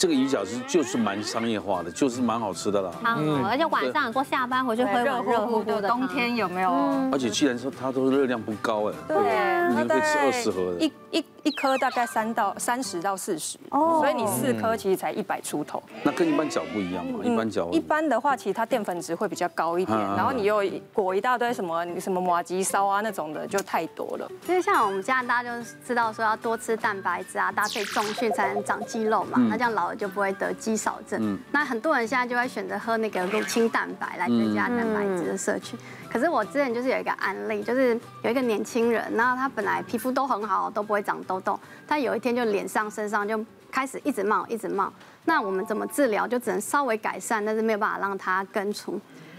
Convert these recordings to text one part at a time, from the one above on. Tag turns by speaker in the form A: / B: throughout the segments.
A: 这个鱼饺子就是蛮商业化的，就是蛮好吃的啦。
B: 嗯哦
C: 汤，而且晚上多下班回去喝一
D: 哎热
C: 碗热
D: 乎
C: 乎
D: 乎
C: 乎
D: 的嗯
C: 的
D: 冬
C: 汤。
D: 天有没有？
A: 而且既然说它都热量不高哎，
E: 对啊
A: 你
E: 它
A: 们可
E: 大
A: 以吃
E: 概
A: 二十盒的
E: 一。一一颗大概三到三十到四十，
C: 哦
E: 所以你四颗其实才一百出头。
A: 那跟一般饺不一样嘛，一般饺
E: 嗯一般的话，其实它淀粉值会比较高一点，
A: 嗯嗯嗯嗯
E: 然后你又裹一大堆什么什么马吉烧啊那种的，就太多了。
C: 因为像我们加拿大就是知道说要多吃蛋白质啊，搭配重训才能长肌肉嘛，那这样老了就不会得肌少症。那很多人现在就会选择喝那个乳清蛋白来增加蛋白质的摄取。可是我之前就是有一个案例，就是有一个年轻人，然后他本来皮肤都很好，都不会长痘痘，但有一天就脸上、身上就开始一直冒，一直冒。那我们怎么治疗？就只能稍微改善，但是没有办法让它根除。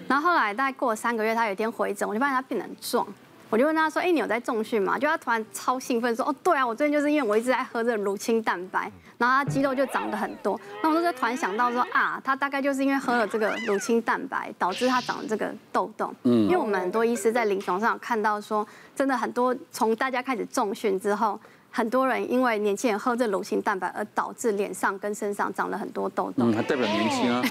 C: 然后后来大概过了三个月，他有一天回诊，我就发现他变得很壮。我就问他说：“哎、你有在重训吗？”就他突然超兴奋说：“哦，对啊，我最近就是因为我一直在喝这个乳清蛋白，然后他肌肉就长得很多。”那我就突然想到说啊，他大概就是因为喝了这个乳清蛋白，导致他长了这个痘痘。嗯，因为我们很多医师在临床上有看到说，真的很多从大家开始重训之后，很多人因为年轻人喝这乳清蛋白而导致脸上跟身上长了很多痘痘。
A: 嗯，还代表年轻啊。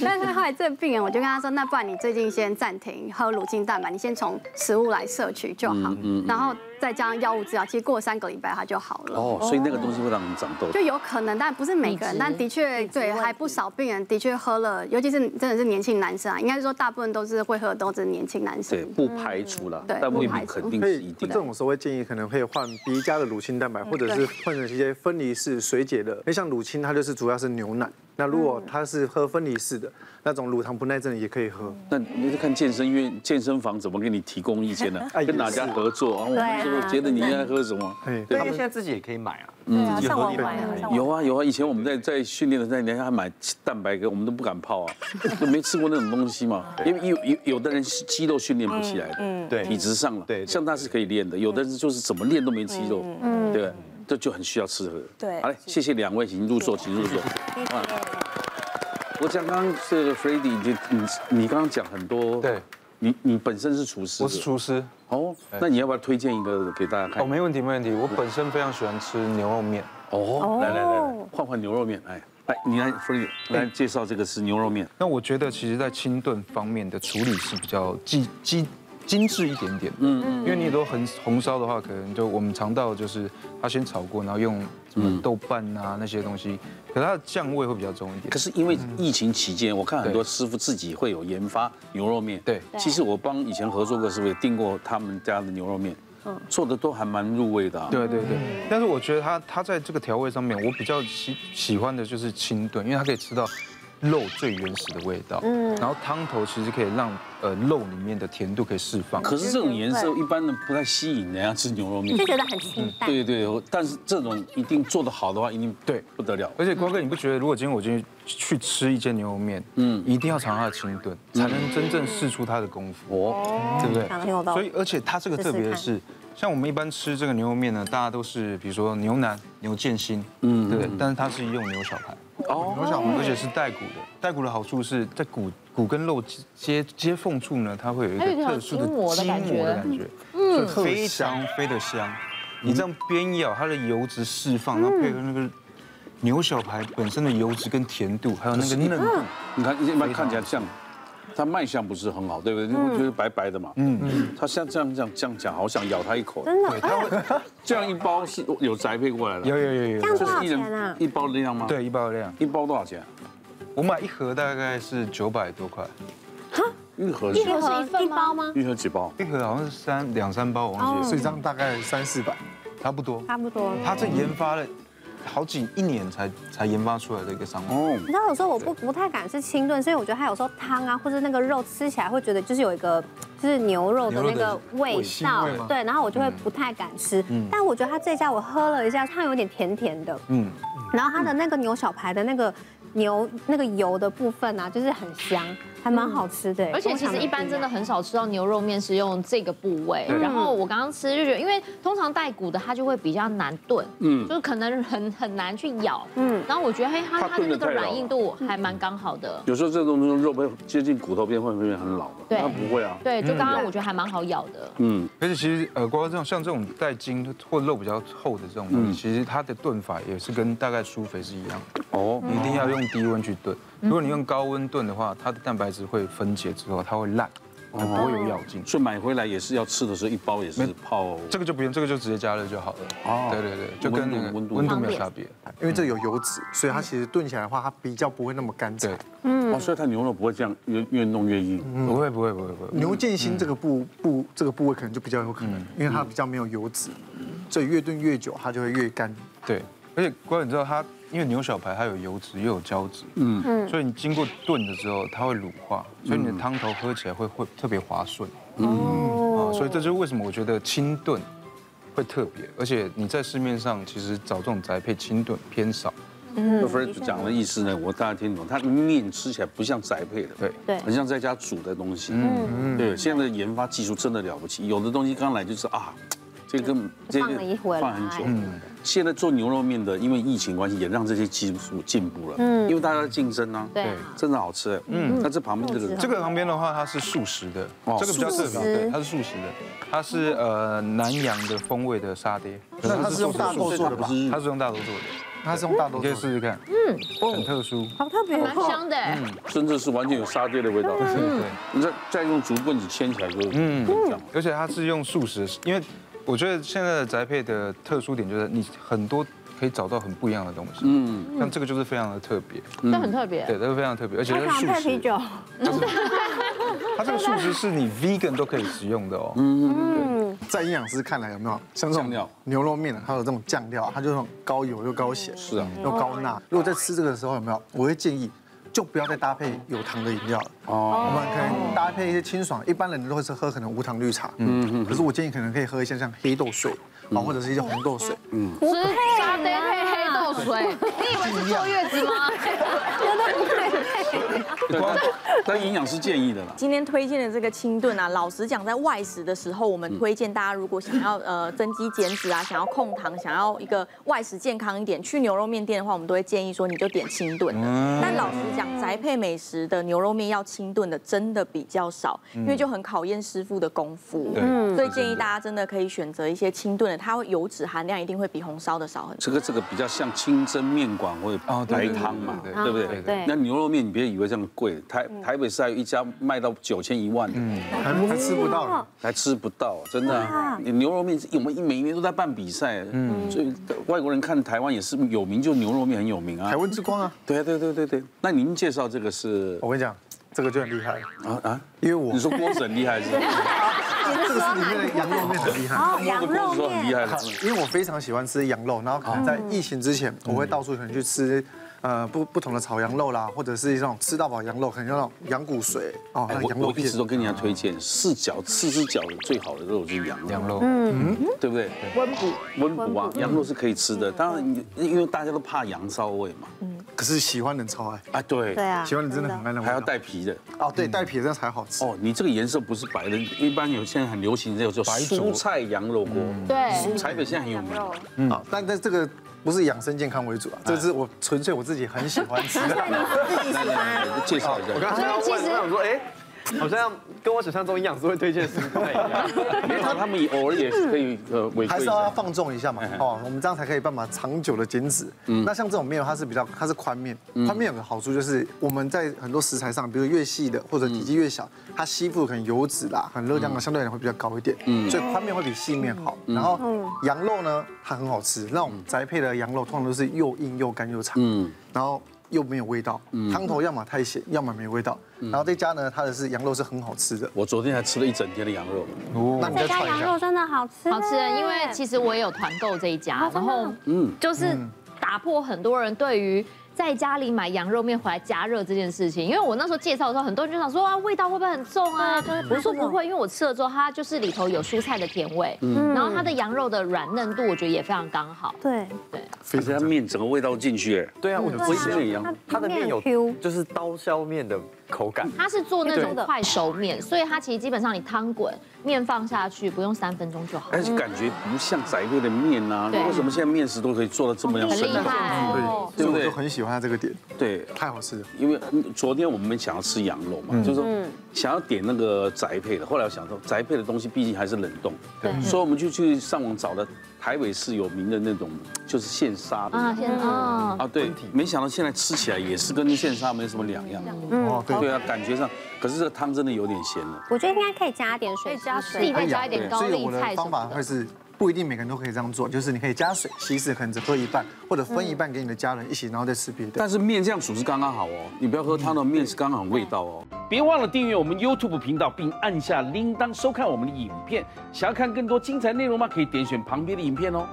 C: 但是后来这个病人，我就跟他说，那不然你最近先暂停喝乳清蛋白，你先从食物来摄取就
A: 嗯
C: 好，然后再加上药物治疗，其实过三个礼拜他就好了。
A: 哦，所以那个东西会让你长
E: 哦
A: 痘。
C: 就有可能，但不是每个人，但的确对，还不少病人的确喝了，尤其是真的是年轻男生啊，应该是说大部分都是会喝的都是年轻男
A: 对，
C: 生。
A: 不排除啦，
C: 对
A: 但
C: 不
A: 未
C: 排
A: 必
C: 除
A: 肯定
F: 所
A: 是一定
F: 以
A: 啊
F: 这
A: 的。
F: 种时候会建议可能可以换 B 加的乳清蛋白，或者是换成一些分离式水解的。因为像乳清它就是主要是牛奶，那如果它是喝分离式的那种乳糖不耐症的也可以喝。
A: 那你就看健身院、健身房怎么给你提供意见呢？
F: 哎
A: 跟哪
F: 也是
A: 家合作啊？我们就是觉得你应该喝什么？
F: 哎，对
G: 对，因为现在自己也可以买啊，
E: 对啊，
G: 自己
E: 上
G: 喝
E: 网
G: 你
E: 买啊，上网
A: 嗯有啊有啊，以前我们 在在训练的时候，人家还买蛋白羹，我们都不敢泡啊， 就没吃过那种东西嘛。因为有有有的人是肌肉训练不起来的，
G: 对
A: 体质上了，
G: 对对
A: 像他是可以练的，有的人就是怎么练都没肌肉，对吧，这就很需要吃喝。
E: 对
A: 好嘞，谢谢两位，请入座，请入座。啊我讲刚刚这个 f r e d d y 你你你刚刚讲很多，
H: 对，
A: 你你本身是厨师，
H: 我是厨师，
A: 哦，那你要不要推荐一个给大家看
H: 哦，？没问题，没问题。我本身非常喜欢吃牛肉面，
A: 哦，来来来来，换换牛肉面，哎，来你来 f r e d d y 来介绍这个是牛肉面。
H: 那我觉得其实，在清炖方面的处理是比较精精精致一点点的，嗯嗯，因为你都很红烧的话，可能就我们尝到的就是它先炒过，然后用什么豆瓣啊那些东西，可它的酱味会比较重一点
A: 可。是因为疫情期间，我看很多师傅自己会有研发牛肉面。
H: 对
A: 其实我帮以前合作过师傅也订过他们家的牛肉面，做的都还蛮入味的、啊。，
H: 嗯对对对，但是我觉得它它在这个调味上面，我比较喜喜欢的就是清炖，因为它可以吃到肉最原始的味道，嗯，然后汤头其实可以让呃肉里面的甜度可以释放。
A: 可是这种颜色一般人不太吸引人家吃牛肉面
C: 就。觉得很清
B: 嗯
C: 淡，
A: 对对，对但是这种一定做得好的话，一定
H: 对
A: 不得了。
H: 而且瓜哥，你不觉得如果今天我今天去吃一间牛肉面，嗯，一定要尝它的清炖，才能真正试出它的功夫，哦，对不
B: 嗯
H: 对？
D: 挺有道
H: 所
D: 理。
H: 以，而且它这个特别的是，像我们一般吃这个牛肉面呢，大家都是比如说牛腩、牛腱心，嗯，对不对，但是它是用牛小排，哦，牛小排，而且是带骨的。带骨的好处是在骨骨跟肉接接缝处呢，它会有一个
B: 它有一种
H: 特殊的
B: 筋膜的
H: 筋
B: 感觉
H: 膜的感觉，嗯，非常非的香。你这样边咬，它的油脂释放，然后配合那个牛小排本身的油脂跟甜度，还有那个嫩度，
A: 你看一般看起来像，它卖相不是很好，对不对？因为就是白白的嘛。嗯嗯。它像这样这样这样讲，好想咬它一口。真的。这样一包是有宅配过来了。
H: 有有有有
A: 这
H: 有，
A: 是一人一包的量吗？，
H: 对，一包量。
A: 一包多少钱啊？
H: 我买一盒大概是九百多块，
A: 一盒是
B: 盒是一份包吗？
A: 一盒几包？
H: 一盒好像是三两三包，我忘记
F: 所
H: 了，
F: 以这样大概三四百。
H: 差不多。
D: 差不多。
H: 他这研发了好几一年才才研发出来的一个商品。
A: 哦，
B: 你知道有时候我不不太敢吃清炖，所以我觉得它有时候汤啊，或者那个肉吃起来会觉得就是有一个就是牛肉的那个味嗯道，对，然后我就会不太敢吃。但我觉得它这家我喝了一下，它有点甜甜的，
H: 嗯，
B: 然后它的那个牛小排的那个牛那个油的部分啊，就是很香，还蛮好吃的。欸
I: 而且其实一般真的很少吃到牛肉面是用这个部位。
H: 对
I: 然后我刚刚吃就觉得，因为通常带骨的它就会比较难炖，
A: 嗯
I: 嗯，就是可能很很难去咬，
B: 嗯
I: 嗯。然后我觉得嘿，它
A: 怕
I: 它的
A: 炖得
I: 那
A: 太
I: 个
A: 老
I: 软硬
D: 嗯
I: 度还蛮刚好的。
A: 有时候这种东西肉被接近骨头边会不会很老的？
I: 对
A: 它不会啊。
I: 对，
D: 嗯
I: 就刚刚我觉得还蛮好咬的，
A: 嗯，
H: 而且其实呃，瓜瓜这种像这种带筋或肉比较厚的这种东西，其实它的炖法也是跟大概酥肥是一样的，
A: 哦，
H: 你一定要用低温去炖。如果你用高温炖的话，它的蛋白质会分解之后，它会烂，它不会有咬劲。
A: 所以买回来也是要吃的时候一包也是泡，
H: 这个就不用，这个就直接加热就好了。
A: 哦
H: 哦，对对对，就跟那个
A: 温
H: 温
A: 度
H: 度
A: 温
H: 温
A: 度
H: 度没有差别。
F: 因为这有油脂，所以它其实炖起来的话，它比较不会那么干柴
H: 对。，
A: 哦，所以它牛肉不会这样越越弄越硬，
H: 不会不会不会不会。
F: 牛腱心这个部部这个部位可能就比较有可能，因为它比较没有油脂，所以越炖越久它就会越干。
H: 对，而且瓜，你知道它，因为牛小排它有油脂又有胶质，嗯嗯，所以你经过炖的时候，它会乳化，
F: 嗯
H: 所以你的汤头喝起来会会特别滑顺。
B: 嗯
H: 哦，所以这就是为什么我觉得清炖会特别，而且你在市面上其实找这种宅配清炖偏少。
A: 那 f r e 讲的意思呢，我大概听懂，它面吃起来不像宅配的，
H: 对
B: 对
A: 很像在家煮的东西。嗯，对，现在的研发技术真的了不起，有的东西刚来就是啊，这个这
B: 放了哎一会儿
A: 放很久。
B: 来
F: 嗯
A: 现在做牛肉面的，因为疫情关系，也让这些技术进步了。嗯，因为大家竞争啊，
B: 对啊
A: 真的好吃。嗯，那这旁边这个
H: 这个旁边的话，它是素食的，
F: 哦
H: 这个比较特
B: 素
H: 别，
B: 食
H: 对，它是素食的，它是呃南洋的风味的沙爹，
F: 那它是用大豆做的吧
A: 不是
H: 它是用大豆做的，
F: 它是用大
H: 你
F: 豆
H: 可
F: 做
H: 以
F: 的，
H: 试试看，嗯，很特殊，
B: 好特别
I: 蛮
B: 哦，
I: 香的。
D: 嗯
A: 真的是完全有沙爹的味道。
B: 嗯
H: 对。
A: 你再再用竹棍子牵起来就嗯这样。
H: 而且它是用素食，因为我觉得现在的宅配的特殊点就是你很多可以找到很不一样的东西，嗯，像这个就是非常的特别，
I: 欸这很特别，
H: 对，这个非常特别，而且
B: 它
H: 它
B: 常
H: 是素
B: 配
H: 食
B: 啤，酒，
H: 它这个素食是你 vegan 都可以食用的哦，
F: 在营养师看来有没有像这
A: 酱料
F: 种牛肉面啊，它有这种酱料，它就是那种高油又高咸，是
A: 啊，
F: 又高钠。如果在吃这个的时候有没有，我会建议就不要再搭配有糖的饮料了。
A: 哦，
F: 我们可能搭配一些清爽，一般人都会是喝可能无糖绿茶，嗯嗯。可是我建议可能可以喝一些像黑豆水啊，或者是一些红豆水，
A: 嗯
I: 吃沙爹配黑豆水，你以为是坐月子吗？
A: 对，但但营养师建议的啦。
D: 今天推荐的这个清炖啊，老实讲，在外食的时候，我们推荐大家如果想要呃增肌减脂啊，想要控糖，想要一个外食健康一点，去牛肉面店的话，我们都会建议说你就点清炖的。 但老实讲，宅配美食的牛肉面要清炖的真的比较少，因
I: 嗯
D: 为就很考验师傅的功夫。
H: 对
B: 嗯
D: 所以建议大家真的可以选择一些清炖的，它会油脂含量一定会比红烧的少很多。
A: 这个这个比较像清蒸面馆或者
H: 哦对
A: 白
H: 对
A: 汤嘛，
H: 对
A: 对
H: 对
A: 不对？
B: 对
A: 那牛肉面你别以为这样贵，台
B: 嗯
A: 台北市还有一家卖到九千一万的，
F: 还还吃不到了。
A: 还吃不到，真的啊。你牛肉面是我们每年都在办比赛，嗯，所以外国人看台湾也是有名，就牛肉面很有名啊
F: 台。湾之光啊！
A: 对啊对对对对，那您介绍这个是
F: 我跟你讲，这个就很厉害，
A: 啊啊，
F: 因为我
A: 你说郭子很厉害是吧？
F: 这个是里面的羊肉面很厉害。
B: 哦， 羊肉
A: 郭子说很厉
B: 面，
A: 害的，
F: 因为我非常喜欢吃羊肉，然后可
A: 哦
F: 能在疫情之前，
A: 嗯
F: 我会到处可能去吃。呃，不不同的炒羊肉啦，或者是一种吃到饱羊肉，可能像那种羊骨髓哦，
A: 哎
F: 那羊
A: 我
F: 肉
A: 我一
F: 片
A: 直。都跟人家推荐，四脚四只脚的最好的肉是羊肉嗯
H: 羊肉，
A: 对不对？温补温补啊，羊肉是可以吃的。当然你，因为大家都怕羊骚味嘛。
F: 可是喜欢的人超爱，
A: 啊，嗯对，
B: 对啊
F: 喜，欢的人真的很爱那味道
A: 还要带皮的。
F: 哦，对，带皮的这样才好吃。
A: 哦，你这个颜色不是白的，一般有现在很流行这个叫蔬菜羊肉锅。
I: 对，
A: 台北现在很有名，嗯
F: 好，哦但但这个不是养生健康为主啊，这
A: 哎
F: 是我纯粹我自己很喜欢吃 的。
A: 来来来介绍一
G: 我
A: 下。
G: 刚才要问，我想说，哎，好像跟我想象中营养师会推荐的食物不太一样。
A: 没有，啊他们也偶尔也是可以呃违
F: 还
A: 规
F: 是
A: 一
F: 要
A: 下。
F: 放纵一下嘛，哦，我们这样才可以办法长久的减脂。那像这种面，它是比较它是宽面，宽面有个好处就是我们在很多食材上，比如越细的或者体积越小，它吸附可能油脂啦，很热量啊，相对来讲会比较高一点。所以宽面会比细面好。然后羊肉呢，它很好吃，那种宅配的羊肉通常都是又硬又干又长，
A: 嗯
F: 然后又没有味道，汤头要么太咸，要么没味道。然后这家呢，它的是羊肉是很好吃的。
A: 我昨天还吃了一整天的羊肉，
H: 哦
F: 那你
B: 这
F: 再
B: 家
F: 串一
B: 羊
F: 下
B: 肉，真的好吃，
I: 好吃的。因为其实我也有团购这一家，然后嗯，就是打破很多人对于。在家里买羊肉面回来加热这件事情，因为我那时候介绍的时候，很多人就想说啊，味道会不会很重啊？我就说不会，因为嗯我吃了之后，它就是里头有蔬菜的甜味，然后它的羊肉的软嫩度，我觉得也非常刚好。
B: 对，
A: 而且它面整个味道进去，哎
G: 对啊，我
B: 对啊
A: 我以前也一样。
G: 它的面有
B: 面 Q
G: 就是刀削面的口感。
I: 它是做那种
B: 对
I: 快熟面，所以它其实基本上你汤滚，面放下去不用三分钟就好。
A: 而且感觉不像宅配的面啊，
I: 嗯对
A: 为什么现在面食都可以做到这么样
I: 很
A: 生
I: 厉
A: 动？
I: 害，
F: 对，所以我就很喜欢它这个点，
A: 对，
F: 太好吃了。
A: 因为昨天我们想要吃羊肉嘛，就是说
I: 嗯
A: 想要点那个宅配的，后来我想说宅配的东西毕竟还是冷冻，
I: 对
A: 所以我们就去上网找了台北市有名的那种就是现杀的
I: 啊，现在啊，
A: 啊，对，没想到现在吃起来也是跟现杀没什么两样，
I: 嗯
F: 哦，对，
A: 对啊，感觉上，可是这个汤真的有点咸啊了，
B: 我觉得应该可以加点水，加
I: 自己再加一点高
F: 哎所以
I: 丽
F: 我的
I: 菜什
F: 方法
I: 么
F: 会
I: 的。
F: 是不一定每个人都可以这样做，就是你可以加水稀释，可能只喝一半，或者分一半给你的家人一起，然后再吃别的。
A: 但是面这样煮是刚刚好哦，你不要喝汤的面是刚好味道哦。
J: 别忘了订阅我们 YouTube 频道，并按下铃铛收看我们的影片。想要看更多精彩内容吗？可以点选旁边的影片哦。